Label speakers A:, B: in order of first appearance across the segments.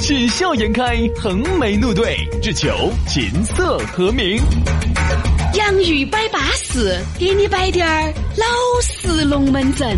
A: 喜笑颜开，横眉怒对，只求琴瑟和鸣。
B: 洋芋摆巴士，给你摆点儿老式龙门阵。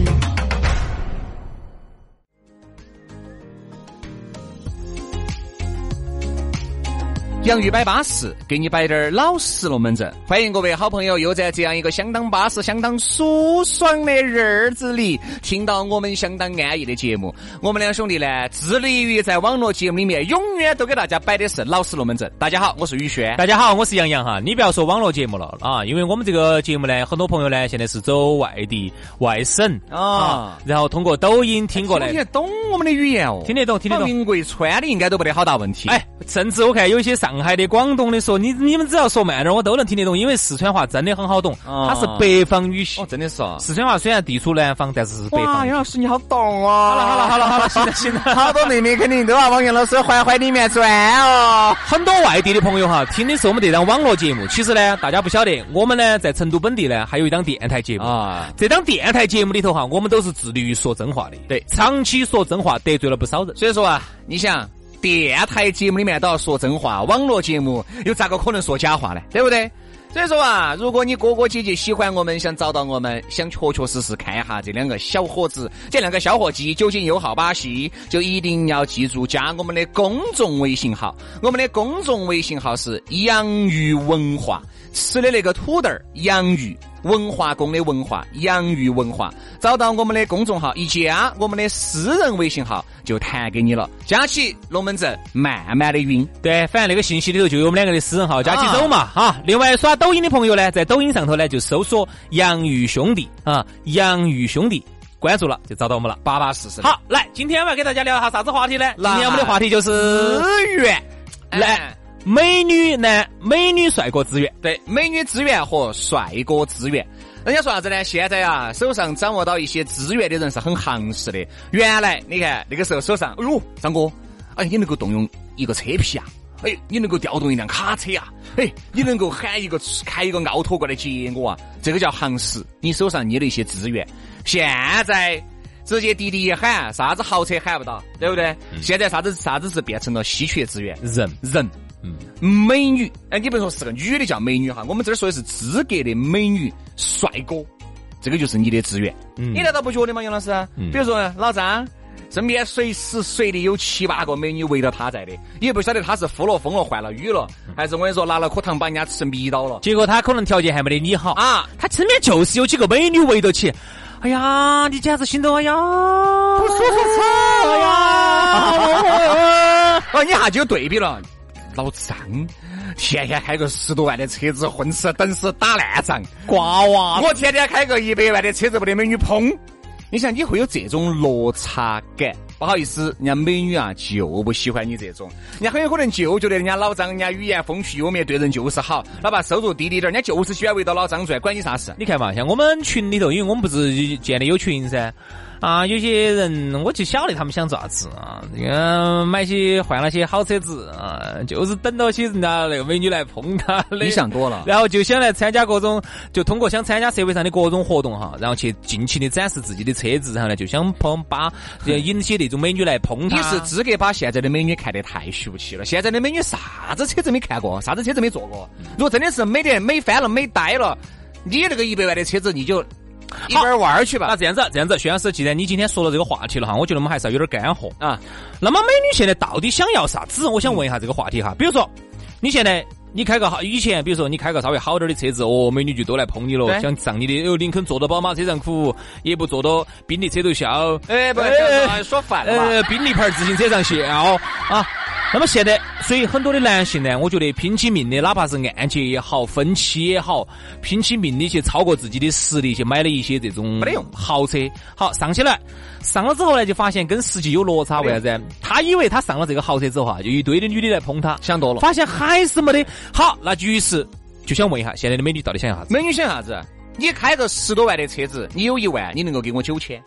C: 洋芋摆巴适，给你摆点儿老实龙门阵。欢迎各位好朋友又在这样一个相当巴适、相当舒爽的日子里，听到我们相当安逸的节目。我们两兄弟呢，致力于在网络节目里面，永远都给大家摆的是老实龙门阵。大家好，我是宇轩。
D: 大家好，我是杨洋哈。你不要说网络节目了啊，因为我们这个节目呢，很多朋友呢现在是走外地、外省
C: 啊
D: 啊，哎然后通过抖音听过来
C: 听，得懂我们的语言哦，
D: 听得懂听得懂
C: 放民国川的应该都不得好大问题。
D: 哎，甚至我看有一些上海的、广东的说，你你们只要说慢点儿，我都能听得懂，因为四川话真的很好懂，
C: 啊
D: 它是北方语系
C: 哦，。真的是啊。
D: 四川话虽然地处南方，但是是北
C: 哇，
D: 方
C: 杨。老师你好懂哦！好
D: 好了好了好了好了，行了行了。
C: 好多妹妹肯定都要往杨老师怀怀里面钻哦。
D: 很多外地的朋友哈，听的是我们这档网络节目。其实呢，大家不晓得，我们呢在成都本地呢还有一档电台节目
C: 啊
D: 这档电台节目里头哈，我们都是致力于说真话的。
C: 对
D: 长期说真话得罪了不少人。
C: 所以说啊，你想电台节目里面都要说真话，网络节目又咋个可能说假话呢？对不对？所以说啊，如果你哥哥姐姐喜欢我们，想找到我们，想确确实实看一下这两个小伙子，这两个小伙计究竟有好把戏，就一定要记住加我们的公众微信号。我们的公众微信号是“洋芋文化”，吃的那个土豆儿，洋芋。文化宫的文化，洋芋文化，找到我们的公众号，一加我们的私人微信号就弹给你了。加起龙门阵，慢慢的晕。
D: 对，反正那个信息里头就有我们两个的私人号，加起
C: 啊
D: 走嘛哈、另外，刷抖音的朋友呢，在抖音上头呢就搜索“洋芋兄弟”啊，“洋芋兄弟”，关注了就找到我们了。
C: 巴巴适适的。
D: 好，来，今天我要给大家聊一下啥子话题呢？今
C: 来
D: 天我们的话题就是
C: 资源
D: 来，美女男、美女帅哥资源。
C: 对，美女资源和帅哥资源。人家说啥子呢？现在啊，手上掌握到一些资源的人是很行实的。原来你看那个时候手上，哎呦，张哥，哎，你能够动用一个车皮啊，哎，你能够调动一辆卡车啊，哎，你能够喊一个开一个奥拓过来接我啊，这个叫行实。你手上捏的一些资源，现在直接滴滴一喊，啥子豪车喊不到，对不对？现在啥子啥子是变成了稀缺资源，
D: 人
C: 人，美女，哎，你别说是个女的叫美女哈，我们这儿说的是资格的美女帅哥，这个就是你的资源，你难道不觉得吗，杨老师？啊比如说老张。身边随时随地有七八个美女围着他在的，也不晓得他是呼了风了、换了雨了，还是我跟你说拿了颗糖把人家吃迷倒了
D: 结果他可能条件还没得你好，
C: 啊！
D: 他身边就是有几个美女围着起，哎呀，你简直心头哎呀，哎不舒服死了 哎呀！
C: 哦，你一下就有对比了。老张天天开个十多万的车子，混吃等死打烂仗，
D: 瓜娃
C: 我天天开个一百万的车子，不得美女砰！你想，你会有这种落差感。不好意思，人家美女啊就不喜欢你这种，人家很有可能就觉得人家老张，人家语言风趣幽默，对人就是好，哪怕收入低低点儿，人家就是喜欢围到老张转，管你啥事。
D: 你看嘛，像我们群里头，因为我们不是建的有群噻，啊，有些人我就晓得他们想做啥子啊，这个买些换了些好车子啊，就是等到些人家那个美女来碰他的。
C: 你想多了
D: 然后就想来参加各种，就通过想参加社会上的各种活动哈，然后去尽情的展示自己的车子，然后呢就想碰把呃引起那种美女来碰他。
C: 你是资格把现在的美女看得太俗气了。现在的美女啥子车子没看过，啥子车子没坐过。如果真的是美得美翻了、美呆了，你那个一百万的车子你就一边玩儿去吧
D: 那。这样子，这样子，薛老师，既然你今天说了这个话题了哈，我觉得我们还是要有点干货。
C: 啊，
D: 那么美女现在到底想要啥子？我想问一下这个话题哈，比如说你现在。你开个好，以前比如说你开个稍微好点的车子，哦，美女就都来碰你了
C: 对，
D: 想上你的，哦，林肯坐到宝马车上哭，也不坐到宾利车头笑，
C: 哎，不
D: 哎
C: 要说反了嘛。
D: 呃，宾利牌自行车上笑啊，那么现在，所以很多的男性呢，我觉得拼起命的，哪怕是按揭也好，分期也好，拼起命的去超过自己的实力去买了一些这种
C: 没得用
D: 豪车。好，上起来，上了之后呢，就发现跟实际有落差，为啥子？他以为他上了这个豪车之后啊，就一堆的女的来捧他，
C: 想多了。
D: 发现还是没得。好，那于是就想问一下，现在的美女到底想要啥子？
C: 美女想啥子？你开个十多万的车子，你有一万，你能够给我九千，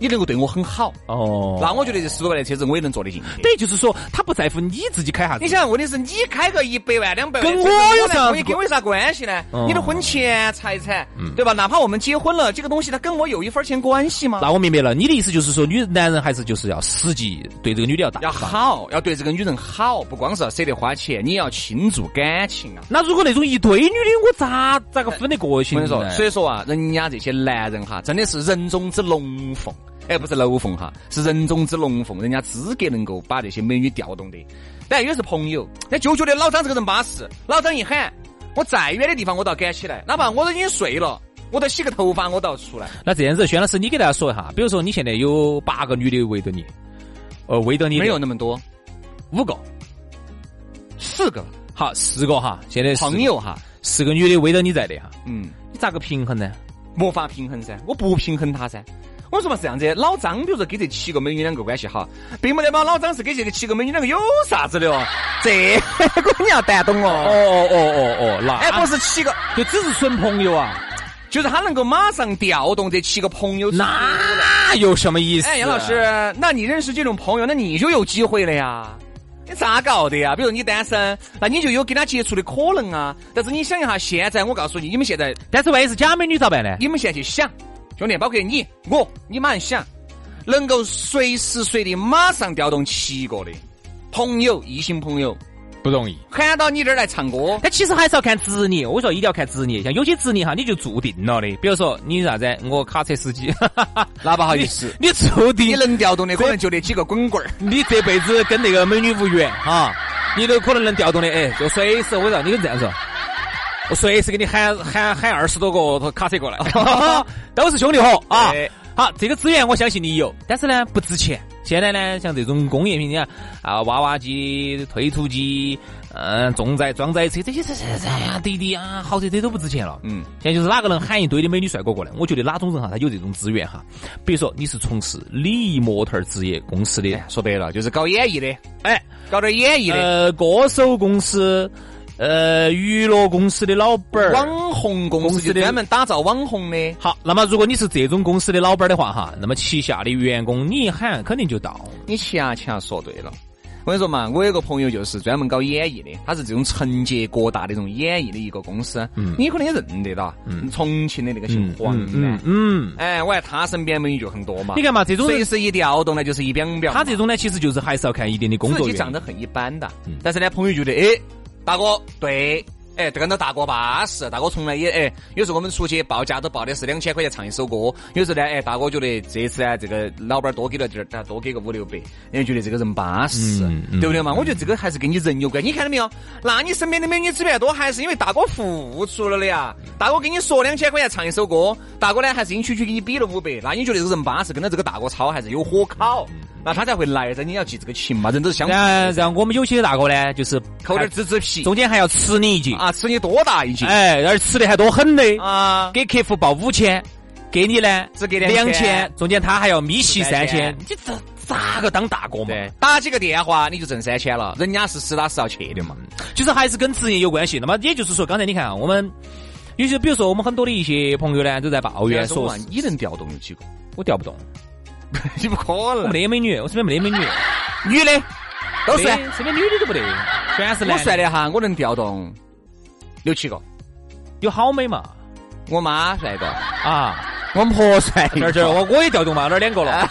C: 你能够对我很好，
D: 哦
C: 那我觉得这十多万的车子我也能坐得进去。
D: 等于就是说，他不在乎你自己开啥子
C: 你。想，问题是你开个一百万、两百万，
D: 跟我有啥
C: 这个东西跟我有啥关系呢？
D: 嗯
C: 你的婚前财产，对吧？哪怕我们结婚了，这个东西它跟我有一分钱关系吗？
D: 那我明白了，你的意思就是说，女男人还是就是要实际对这个女的要大
C: 要
D: 方。
C: 好，要对这个女人好，不光是要舍得花钱，你也要倾注感情啊。
D: 那如果那种一堆女的，我咋咋个分得过去
C: 哎我
D: 呢？
C: 跟你说，所以说啊，人家这些男人哈，真的是人中之龙凤，哎，不是楼凤哈，是人中之龙凤，人家资格能够把这些美女调动的。但也是朋友，那就觉得老张这个人巴适，老张一喊，我再远的地方我都要赶起来，哪怕我都已经睡了，我都洗个头发我都要出来。
D: 那这样子，轩老师，你给大家说一下，比如说你现在有八个女的围着你，呃，围着你的
C: 没有那么多，
D: 五个，
C: 四个
D: 好，十个哈，现在
C: 朋
D: 十
C: 友哈，
D: 十个女的围着你在的哈，
C: 嗯，
D: 你咋个平衡呢？
C: 没法平衡噻，我不平衡他噻。我说嘛是这样子，老张比如说跟这七个美女两个关系好，并没得把老张是跟这个七个美女两个有啥子的哦，这个你要担懂
D: 哦
C: 哦。
D: 哦哦哦哦，那
C: 哎，不是七个，
D: 就只是纯朋友啊，
C: 就是他能够马上调动这七个朋友出来。
D: 那啊有什么意思？
C: 哎，杨老师，那你认识这种朋友，那你就有机会了呀。你咋搞的呀？比如你单身，那你就有跟他接触的可能啊。但是你想一下，现在我告诉你，你们现在
D: 但是万一是假美女咋办呢？
C: 你们现在去想，兄弟，包括你我，你马上想，能够随时随地马上调动七个的朋友、异性朋友，
D: 不容易。
C: 喊到你这儿来唱 歌，
D: 但其实还是要看职业，我说一定要看职业，像有些职业哈，你就注定了的。比如说你啥子，我卡车司机，
C: 那不好意思，
D: 你注
C: 啊你
D: 定
C: 能调动的可能就那几个滚棍儿。
D: 你这辈子跟那个美女无缘啊，你都可能能调动的。哎，就随时我让你跟这样说，我随时给你喊喊喊二十多个卡车过来，都是兄弟伙啊
C: 对。
D: 好，这个资源我相信你有，但是呢不值钱。现在呢，像这种工业品，你看啊，娃娃机、推土机，嗯、重载装载车这些这这这呀，滴滴啊，豪车这都不值钱了。
C: 嗯，
D: 现在就是哪个能喊一堆的美女帅哥过来，我觉得哪种人哈，他有这种资源哈。比如说你是从事礼仪模特儿职业公司的，
C: 说白了就是搞演艺的，
D: 哎，
C: 搞点演艺的，
D: 呃，歌手公司，呃，娱乐公司的老板儿。
C: 呃网红公
D: 公
C: 司
D: 司
C: 就
D: 的
C: 专门打造网红的。
D: 好，那么如果你是这种公司的老板儿的话，哈，那么旗下的员工你一喊，肯定就到。
C: 你恰恰说对了。我跟你说嘛，我有个朋友就是专门搞演艺的，他是这种承接各大的这种演艺的一个公司，
D: 嗯
C: 你可能也认得到，重庆的那个姓
D: 嗯
C: 黄的，
D: 嗯嗯，
C: 哎，我看他身边美女就很多嘛。
D: 你看嘛，这种
C: 随
D: 人，
C: 时一调动呢，就是一表表嘛。
D: 他这种呢，其实就是还是要看一定的工
C: 自
D: 作
C: 己
D: 原
C: 长
D: 因。
C: 得很一般的
D: 嗯，
C: 但是呢，朋友觉得，哎，大哥对，哎，这个呢，大哥巴适，大哥从来也，哎，有时候我们出去报价都报的是两千块钱唱一首歌，有时候呢，哎，大哥觉得这次啊呢，这个老板多给了点儿，他多给个五六百，人家觉得这个人巴适
D: 嗯嗯，
C: 对不对嘛？我觉得这个还是跟你人有关。你看到没有？那你身边的美女资源多，还是因为大哥付出了的呀？大哥跟你说两千块钱唱一首歌，大哥呢还是阴区区给你比了五百，那你觉得这个人巴适，跟着这个大哥吵还是有火烤？那他才会来噻，你要记这个情嘛，人都是相互
D: 然然后我们有些大哥呢，就是
C: 抠点
D: 还
C: 纸纸皮
D: 中间还要吃你一斤，
C: 啊，吃你多大一斤
D: 哎，而吃的还多狠的，
C: 啊？
D: 给客户报五千，给你呢
C: 只给
D: 两
C: 两千，
D: 中间他还要咪起
C: 三
D: 三
C: 千
D: 千，你这咋个当大哥嘛？
C: 对，打几个电话你就挣三千了，人家是实打实要去的嘛。
D: 就是还是跟职业有关系。那么也就是说，刚才你看啊，我们有些，比如说我们很多的一些朋友呢，都在抱怨说
C: 嘛，，你能调动有几个？
D: 我调不动，
C: 你不可
D: 我
C: 能，
D: 没得美女，我身边没得美女，
C: 女的都是。啊
D: 身边女的都不得，哦全是
C: 我
D: 男
C: 算
D: 的，
C: 了哈，我能调动六七个，
D: 有好美嘛
C: 我妈算一个，
D: 啊，
C: 我婆算一
D: 这儿这儿我我也调动嘛，哪儿两个 了？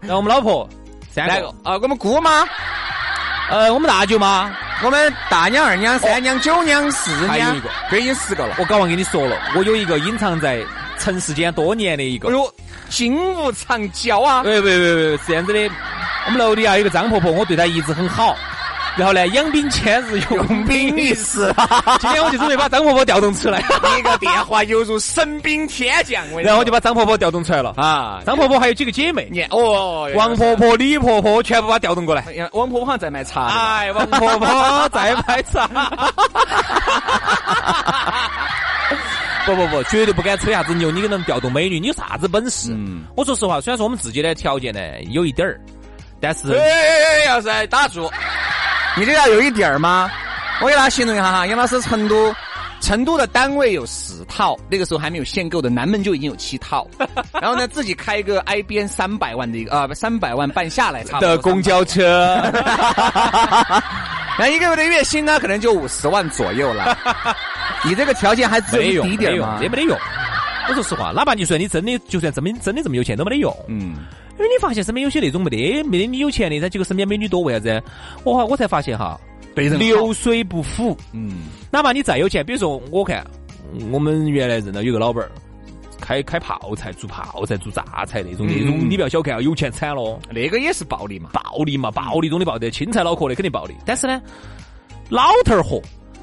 D: 然后我们老婆三
C: 哪
D: 个，
C: 个啊？我们姑妈，
D: 呃，我们大舅妈，
C: 我们大娘、二娘、三娘、九娘、四
D: 还有
C: 娘
D: 一个，
C: 这已经十个了。
D: 我刚忘跟你说了，我有一个隐藏在尘世间多年的一个哎
C: 哎。呦，金无常娇啊！
D: 喂喂喂喂，是这样子的，我们楼底下有个张婆婆，我对她一直很好。然后呢，养兵千日，用兵一时。
C: 是 啊，
D: 今天我就准备把张婆婆调动出来，
C: 一个电话犹如神兵天降，我跟你说
D: 然后就把张婆婆调动出来了。
C: 啊，
D: 张婆婆还有几个姐妹，
C: 你哦，
D: 王婆婆、李婆婆全部把她调动过来。
C: 哎呀，王婆婆好像在卖茶的吧，
D: 哎，王婆婆在拍茶。 不不不，绝对不敢吹啥子牛，你给他们调动美女，你有啥子本事？
C: 嗯
D: 我说实话，虽然说我们自己的条件呢有一点儿，但是
C: 哎哎哎，要是打住，你这要有一点儿吗？我给大家形容一下哈，杨老师成都。成都的单位有四套，那个时候还没有限购的，南门就已经有七套。然后呢，自己开一个 IBN 三百万的一个啊，三百万办下来差不多
D: 的公交车，
C: 然后一个月的月薪呢，可能就五十万左右了。你这个条件还只
D: 没
C: 有
D: 用，
C: 一
D: 没
C: 底点儿
D: 用
C: 吗，
D: 这？没得用。我说实话，哪怕你说你真的，就算真的真的这么有钱，都没得用。
C: 嗯，
D: 因为你发现身边有些那种没得没得你有钱的，他结果身边美女多，为啥子？我哈我才发现哈，
C: 对人好
D: 流水不腐。
C: 嗯，
D: 哪怕你再有钱，比如说我看我们原来认到有个老板儿，开开泡菜、煮泡菜、煮榨菜那种，那
C: 嗯
D: 种你不要小看啊，有钱惨了，
C: 那个也是暴利嘛。
D: 暴利嘛，暴利中的暴利，青菜脑壳的肯定暴利。但是呢，老头儿货，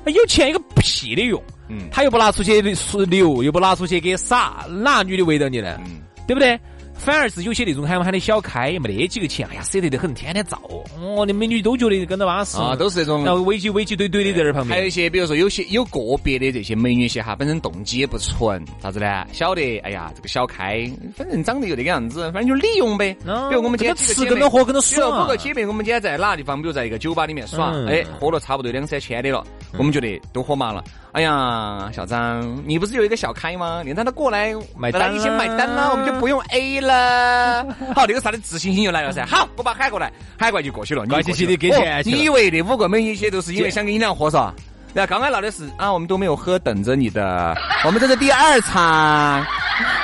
D: 有钱有个屁的用，
C: 嗯
D: 他又不拿出去留，又不拿出去给撒，哪女的围着你呢？
C: 嗯，
D: 对不对？反而是有些那种喊我喊的小开，没得几个钱，哎呀，舍得得很，天天造，哦，那美女都觉得跟着巴适
C: 啊，都哎是这种
D: 然后委屈委屈堆堆的在那儿旁边，哎
C: 还有一些，比如说有些有个别的这些美女些哈，本身动机也不纯，啥子呢？晓得，哎呀，这个小开，反正长得又那个样子，反正就利用呗。
D: 嗯
C: 比如我们今天
D: 跟着吃
C: 哦几个姐妹
D: 跟着喝跟着
C: 比如
D: 爽
C: 五个姐妹，我们今天在哪个地方？比如在一个酒吧里面耍，
D: 嗯
C: 哎，喝了差不多两三千的了，我们觉得都喝麻了。哎呀，小张，你不是有一个小开吗？你让他过来，
D: 买
C: 咱俩
D: 单
C: 一起买单啊啦，
D: 啦
C: 我们就不用 A 了。好，那个啥的自信心就来了噻。好，我把喊过来，喊过来就过去了。你就
D: 乖
C: 过
D: 兮兮地
C: 去
D: 给
C: 了
D: 钱
C: 哦
D: 去了
C: 你以为那五个美女些都是因为想跟你俩喝是吧？然后刚刚闹的是啊，我们都没有喝，等着你的。 我们这是第二场，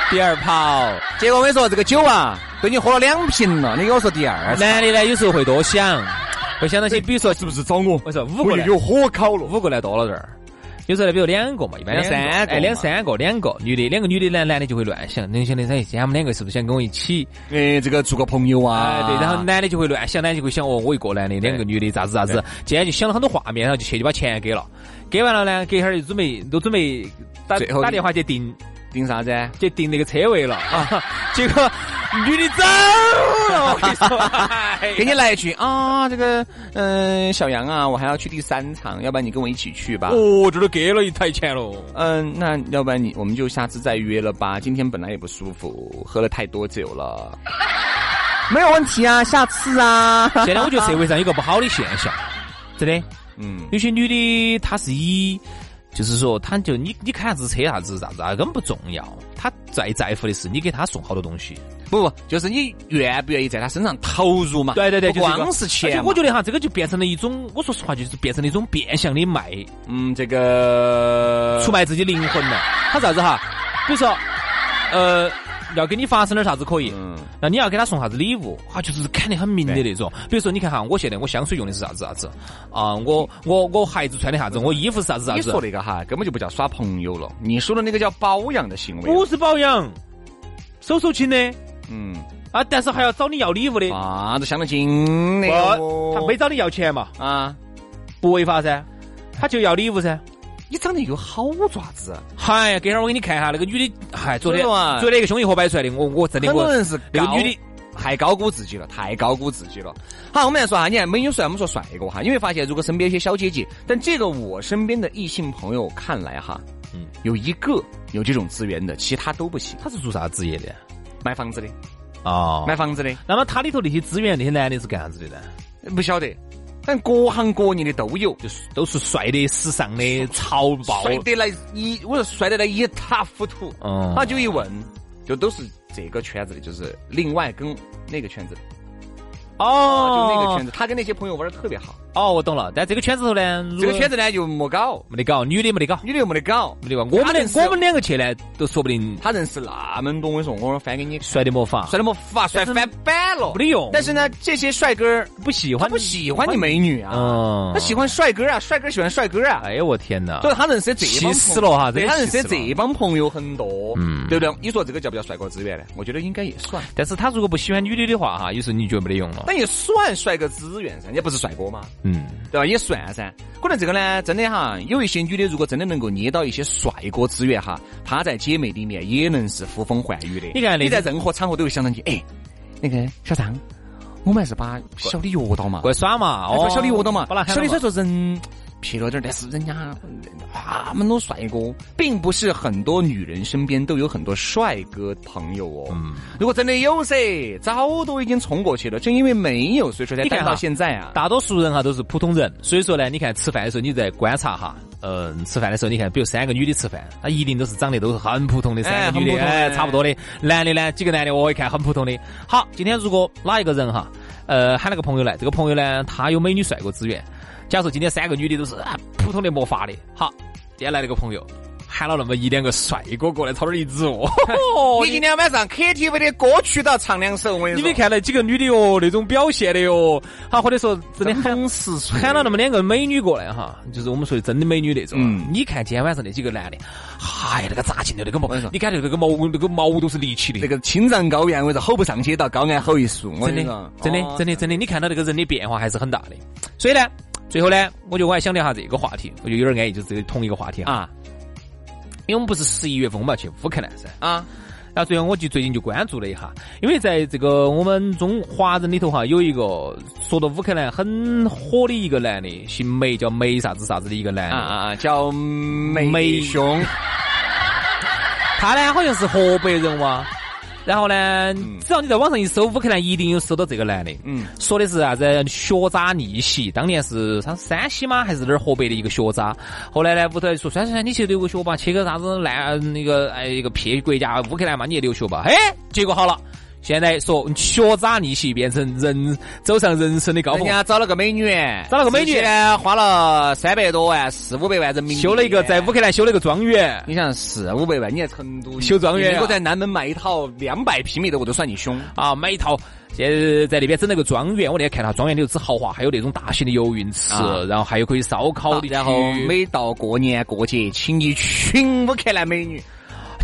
D: 第二泡。
C: 结果我跟你说，这个酒啊，都已经喝了两瓶了。你跟我说第二场，
D: 男的呢，有时候会多想，会想到些，比如说是不是找我？我说五个呢，
C: 火烤了。
D: 五个呢多了点儿。有时候呢，比如两个嘛，一般
C: 两
D: 个
C: 三个
D: 哎，两
C: 嘛
D: 三个，两个女的，两个女的呢，男的就会乱想，你想的哎，今天我们两个是不是想跟我一起？
C: 哎，这个做个朋友啊
D: 哎，，对，然后男的就会乱想，男的就会想哦，我一个男的，两个女的，咋子咋子，今天就想了很多画面，然后就去就把钱给了，给完了呢，隔一会儿就准备都准备打
C: 最后
D: 打电话去订
C: 盯啥子？
D: 去订那个车位了啊，结果女的走了，我跟你说，哎
C: 给你来一句啊，这个嗯、小杨啊，我还要去第三场，要不然你跟我一起去吧。
D: 哦，这都给了一台钱喽。
C: 嗯，那要不然你我们就下次再约了吧。今天本来也不舒服，喝了太多酒 了。没有问题啊，下次啊。
D: 现在我觉得社会上有个不好的现象，真的，
C: 嗯，
D: 有些女的她是以，就是说，她就你你开啥子车啥子啥子啊，根本不重要，她在在乎的是你给她送好多东西。
C: 不不，就是你愿不愿意在他身上投入嘛？
D: 对对对，
C: 不
D: 就是这个
C: 光是
D: 而且
C: 钱嘛。
D: 我觉得哈，这个就变成了一种，我说实话，就是变成了一种变相的卖，
C: 嗯，这个
D: 出卖自己灵魂了。他啥子哈？比如说，呃，要给你发生点啥子可以，
C: 嗯
D: 那你要给他送啥子礼物啊？就是砍得很明的那种。比如说，你看哈，我现在我香水用的是啥子啥子啊？我我我孩子穿的啥子？我衣服是啥子啥
C: 你
D: 子
C: 说？那个哈，根本就不叫耍朋友了。你说的那个叫包养的行为。啊
D: 不是包养，手手亲的
C: 嗯，
D: 啊，但是还要找你要礼物的，
C: 啊，都想得紧的
D: 不，
C: 哦。
D: 他没找你要钱嘛，
C: 啊，
D: 不违法噻，他就要礼物噻。
C: 你长得又好爪子。啊
D: 嗨，给会儿我给你看一下那个女的，嗨，昨天
C: 真的吗
D: 昨天一个兄弟伙摆出来的，我我真的
C: 很多
D: 我
C: 人是
D: 那
C: 高
D: 个女的
C: 太高估自己了，太高估自己了。好，我们来说哈，你看美女帅，我们说帅哥哈，因为发现如果身边一些小姐姐，但这个我身边的异性朋友看来哈，嗯
D: 嗯，
C: 有一个有这种资源的，其他都不行。
D: 他是做啥职业的？
C: 买房子的，
D: 哦
C: 买房子的，
D: 那么他里头那些资源，那些男的是干啥子的呢？
C: 不晓得，但各行各业的都有。
D: 就是都是帅的、时尚的、潮爆。
C: 帅得来一，我说帅得来一塌糊涂。
D: 嗯
C: 他就一问，就都是这个圈子的，就是另外跟那个圈子的，啊
D: 哦
C: 就那个圈子。他跟那些朋友玩的特别好，
D: 哦，我懂了。但这个圈子头呢，
C: 这个圈
D: 子
C: 子呢就没搞，
D: 没得搞，女的没得搞，
C: 女的又没得搞。
D: 没得搞。我
C: 他
D: 们
C: 认识哦
D: 两我们两个去呢，都说不定
C: 他认识那么多，我跟你说，我翻给你，
D: 帅的没法，
C: 帅的没法，帅
D: 啊但是
C: 翻版了
D: 没。得用。
C: 但是呢，这些帅哥儿
D: 不喜
C: 他
D: 欢，
C: 不喜欢你美女啊，
D: 嗯，
C: 他喜。欢帅哥啊，帅哥喜欢帅哥啊。
D: 哎呦我天哪！
C: 所以他认识这帮朋友
D: 气死了哈
C: 对
D: 真
C: 他
D: 的
C: 认识
D: 气死了
C: 这帮朋友很多，
D: 嗯
C: 对不对？你说这个叫不叫帅哥资源呢？我觉得应该也算，
D: 但是他如果不喜欢女的的话，哈，有时候你觉得没得用了。
C: 但也算帅哥资源噻，人家不是帅哥吗？
D: 嗯，
C: 对吧？也算噻。可能这个呢，真的哈，有一些女的如果真的能够捏到一些帅哥资源哈，她在姐妹里面也能是呼风唤雨的。
D: 你看那
C: 你在任何场合都会想到你，哎，那个小张，我们还是把小李约到嘛，
D: 过来耍嘛，
C: 还是
D: 哦
C: 把，小李约到嘛
D: 把他。喊
C: 小李
D: 到
C: 虽
D: 嘛
C: 说人撇了点儿，但是人家那么多帅哥，并不是很多女人身边都有很多帅哥朋友哦。
D: 嗯
C: 如果真的有噻，早都已经冲过去了，正因为没有，所以说才
D: 你看
C: 待到
D: 哈
C: 现在啊。
D: 大多数人哈都是普通人，所以说呢，你看吃饭的时候你在观察哈，嗯、吃饭的时候你看，比如三个女的吃饭，她一定都是长得都是很普通的，
C: 哎
D: 三个女
C: 很普
D: 的
C: 通
D: 哎
C: 哎
D: 差不多的，男的呢几个男的哦我一看很普通的。好，今天如果哪一个人哈，呃喊了个朋友来，这个朋友呢他有美女帅哥资源，假如说今天三个女的都是、啊普通的没法的，好，今天来了个朋友。喊了那么一两个帅哥过来，朝这儿一哦坐，
C: 你今天晚上 KTV 的歌曲都要唱两首，我跟
D: 你
C: 你
D: 没
C: 说。
D: 看到几个女的哟，那种表现的哟，好，或者说真的很
C: 十足
D: 喊了那么两个美女过来哈，就是我们说的真的美女那种啊。
C: 嗯
D: 你看今天晚上那几个男的，哎呀，那个扎劲的，那个毛
C: 跟你说，
D: 你感觉那个毛那个毛都是立起的。
C: 那个青藏高原，我跟你说吼不上去，到高安吼一宿。我
D: 真
C: 跟你
D: 的
C: 说，
D: 真的
C: 哦，
D: 啊真的，真的，你看到那个人的变化还是很大的。所以呢，最后呢，我觉得我还想聊下这个话题，我就有点安逸，就是这个同一个话题啊。
C: 啊
D: 因为我们不是十一月份我们要去乌克兰噻，
C: 啊！
D: 然后最后我就最近就关注了一下，因为在这个我们中华人里头哈，有一个说到乌克兰很火的一个男的，姓梅叫梅啥子啥子的一个男
C: 啊
D: 的。
C: 啊啊！叫梅
D: 梅
C: 兄，
D: 他呢好像是河北人哇。然后呢，只要你在网上一搜乌克兰，一定有搜到这个男的。
C: 嗯，
D: 说的是啥子学渣逆袭，当年是他是山西吗？还是哪儿河北的一个学渣？后来呢，屋头说，算算算，你去留个学吧，去个啥子烂那个哎一个屁国家乌克兰嘛，你也留学吧。哎，结果好了，现在说学渣逆袭变成人走上人生的高
C: 人
D: 峰。
C: 家找了个美女，
D: 哦找了个美女
C: 自己呢，花了三百多万，四五百万人民币，
D: 修了一个在乌克兰修了一个庄园，
C: 你想四五百万，你在成都
D: 修庄园啊
C: 如果在南门买一套两百平米的，我都算你凶。
D: 啊，买一套，现在在那边整了个庄园，我那天看到庄园里头之豪华，还有那种大型的游泳池，
C: 啊
D: 然后还有可以烧烤的区，
C: 然后每到过年过节，请一群乌克兰美女，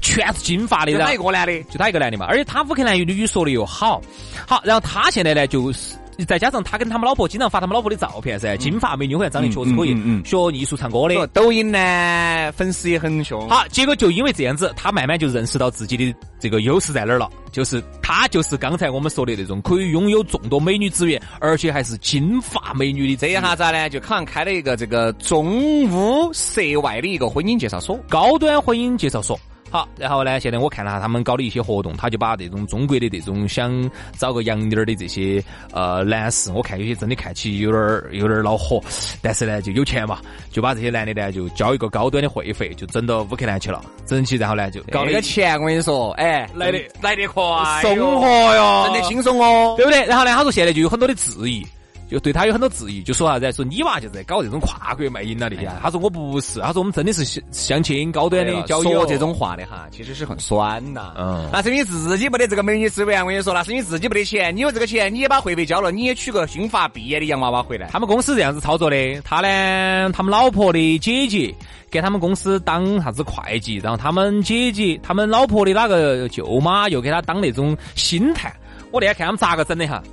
D: 全是金发的，
C: 就
D: 然
C: 哪
D: 后
C: 一个男的？
D: 就他一个男的嘛，而且他乌克兰语的语说的又好，好，然后他现在呢就是。再加上他跟他们老婆经常发他们老婆的照片噻，金发美女，我看长得确实可以
C: 嗯嗯嗯，嗯
D: 学艺术唱歌的
C: 说。抖音呢，粉丝也很凶。
D: 好，结果就因为这样子，他慢慢就认识到自己的这个优势在哪儿了，就是他就是刚才我们说的那种可以拥有众多美女资源，而且还是金发美女的
C: 这一哎下子呢，就好像开了一个这个中乌涉外的一个婚姻介绍所。
D: 高端婚姻介绍所。好，然后呢，现在我看了下他们搞的一些活动，他就把这种中国的这种想找个洋妞儿的这些呃男士，我看有些真的看起有点儿有点儿恼火，但是呢就有钱嘛，就把这些男的呢就交一个高端的会费，就整到乌克兰去了，整起然后呢就搞
C: 搞
D: 了
C: 那
D: 一
C: 个钱，我跟你说，哎，
D: 来得
C: 来得快哟，
D: 松活哟，
C: 真的轻松哦。
D: 对不对？然后呢，他说现在就有很多的质疑，就对他有很多质疑，就说啥子？说你娃就在搞这种跨国卖淫了的呀？他说我不是，他说我们真的是相相亲高端的交友
C: 哎说这。种话的哈，其实是很酸呐。
D: 嗯
C: 那是因为自己没得这个美女资啊源，我跟你说，那是因为自己没得钱。你有这个钱，你也把会费交了，你也娶个金发碧眼的洋娃娃回来。
D: 他们公司这样子操作的，他呢，他们老婆的姐姐给他们公司当啥子会计，然后他们姐姐、他们老婆的那个舅妈又给他当那种星探。我那天看他们咋个整的哈，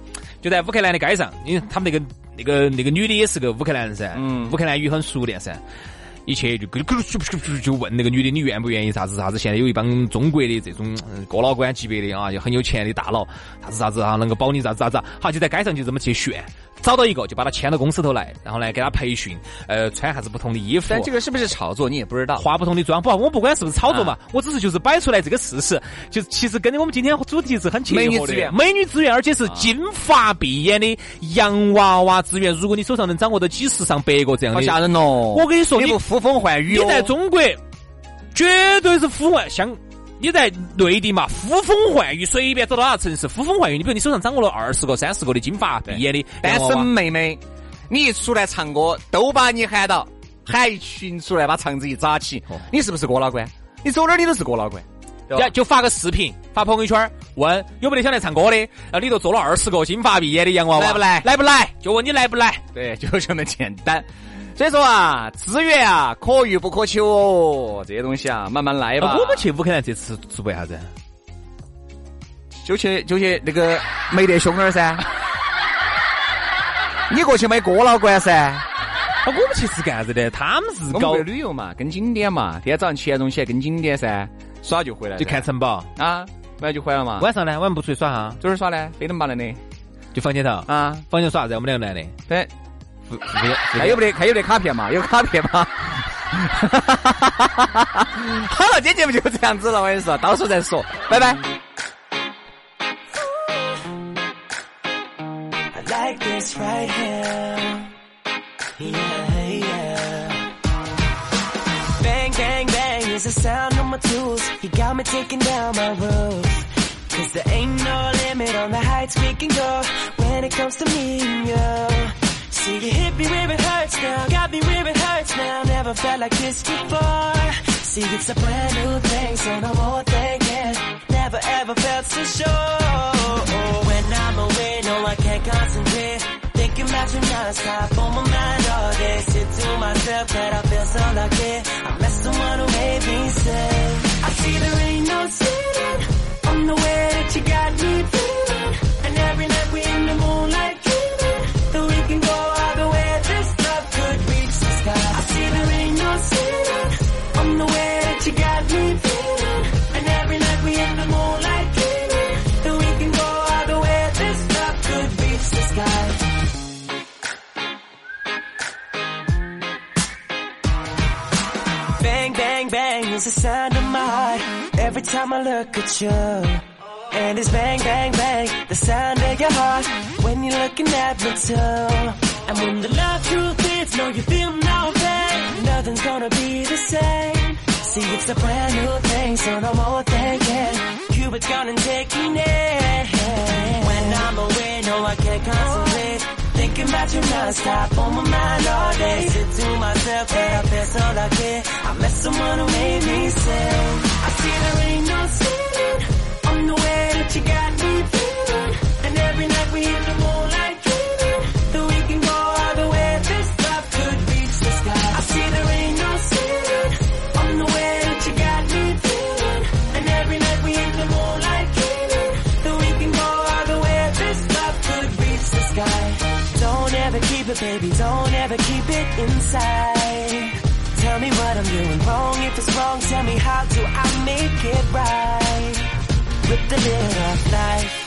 D: 就在乌克兰的街上，因为他们那个那个那个女的也是个乌克兰人噻，
C: 嗯
D: 乌克兰语很熟练噻。一去就咕噜咕噜咕噜咕噜就问那个女的，你愿不愿意啥子啥子？现在有一帮中国的这种嗯哥老倌级别的啊，就很有钱的大佬，啥子啥子啊，能够保你啥子啥子啊，好就在街上就这么去炫，找到一个就把他牵到公司头来，然后呢给他培训，呃，穿啥子不同的衣服
C: 但。这个是不是炒作，你也不知道。
D: 化不同的妆，不，我不管是不是炒作嘛，我只是就是摆出来这个事实，就其实跟我们今天主题是很契合的。
C: 美女资源
D: 美女资源，而且是金发碧眼的洋娃娃资源。如果你手上能掌握到几十上百个这样
C: 好
D: 的，
C: 吓人哦！
D: 我跟你说
C: 你
D: 你
C: 不呼风唤雨
D: 你
C: 哦，
D: 在中国绝对是呼唤像你在内地嘛，呼风唤雨，随便走到哪个城市，呼风唤雨。你比如你手上掌握了二十个、三十个的金发碧眼的啊
C: 单
D: 洋娃娃
C: 身妹妹，你一出来唱歌都把你喊到，喊一群出来把肠子一扎起，你是不是哥老倌？你走哪儿你都是哥老倌，哦对
D: 然
C: 吧
D: 后就发个视频，发朋友圈儿，问有没得想来唱歌的，然后里头坐了二十个金发碧眼的洋娃娃，
C: 来不来
D: 来不来？就问你来不来？
C: 对，就这么简单。所以说啊，资源啊，可遇不可求哦，这些东西啊，慢慢来吧。
D: 我们去乌克兰这次是为啥子？啊
C: 就去就去那个梅德兄那儿噻。你过去买哥老倌噻。
D: 我们去是干啥子的？他们是
C: 我们
D: 搞
C: 为了旅游嘛，跟景点嘛，天天早上起来容起来跟景点噻，耍就回来了
D: 就看城堡，
C: 啊，完了就回来了嘛。
D: 晚上呢，晚上不出去耍哈，
C: 昨儿耍呢，非得麻了的
D: 就房间头，
C: 啊，
D: 房间耍啥子？我们两个 男的，
C: 对，
D: 不不不
C: 还有不得，还有不得卡片嘛，有卡片嘛。 好了，今天节目就这样子了，我跟你说，到时候再说，拜拜。
E: I like this right here. Yeah, yeah. Bang, bang, bang is the sound of my tools. You got me taking down my roof. Cause there ain't no limit on the heights we can go when it comes to me and you. See, you hit me where it hurts now. Got me where it hurts now. Never felt like this before. See, it's a brand new thing, so no more thinking. Never ever felt so sure. When I'm away, no, I can't concentrate. Thinking about you now, it's top on my mind all day. Sit to myself that I feel so lucky. I met someone who made me say, I see there ain't no ceiling on the way that you got me feeling. And every night we in the moonlight dreaming that we can go all the way. This love could reach the sky. I see there ain't no ceiling on the way that you got me feeling. And every night we in the moonlight dreaming that we can go all the way. This love could reach the sky. Bang, bang, bang is the sound of my heart every time I look at you. And it's bang, bang, bang, the sound of your heart when you're looking at me too. And when the love truth hits, no, you feel no pain. Nothing's gonna be the same. See, it's a brand new thing, so no more thinking. Cupid's gonna take me in. When I'm away, no, I can't concentrate. Thinking about you non-stop on my mind all day. Sit to myself that I feel so lucky. I met someone who made me sing. I see there ain't no ceiling on the way that you got me feeling. And every night we in the moonlight dreaming that we can go all the way. This love could reach the sky. I see there ain't no ceiling on the way that you got me feeling. And every night we in the moonlight dreaming that we can go all the way. This love could reach the sky. Don't ever keep it, baby. Don't ever keep it inside. Tell me what I'm doing wrong. If it's wrong, tell me how do I make it right? Rip the lid off life.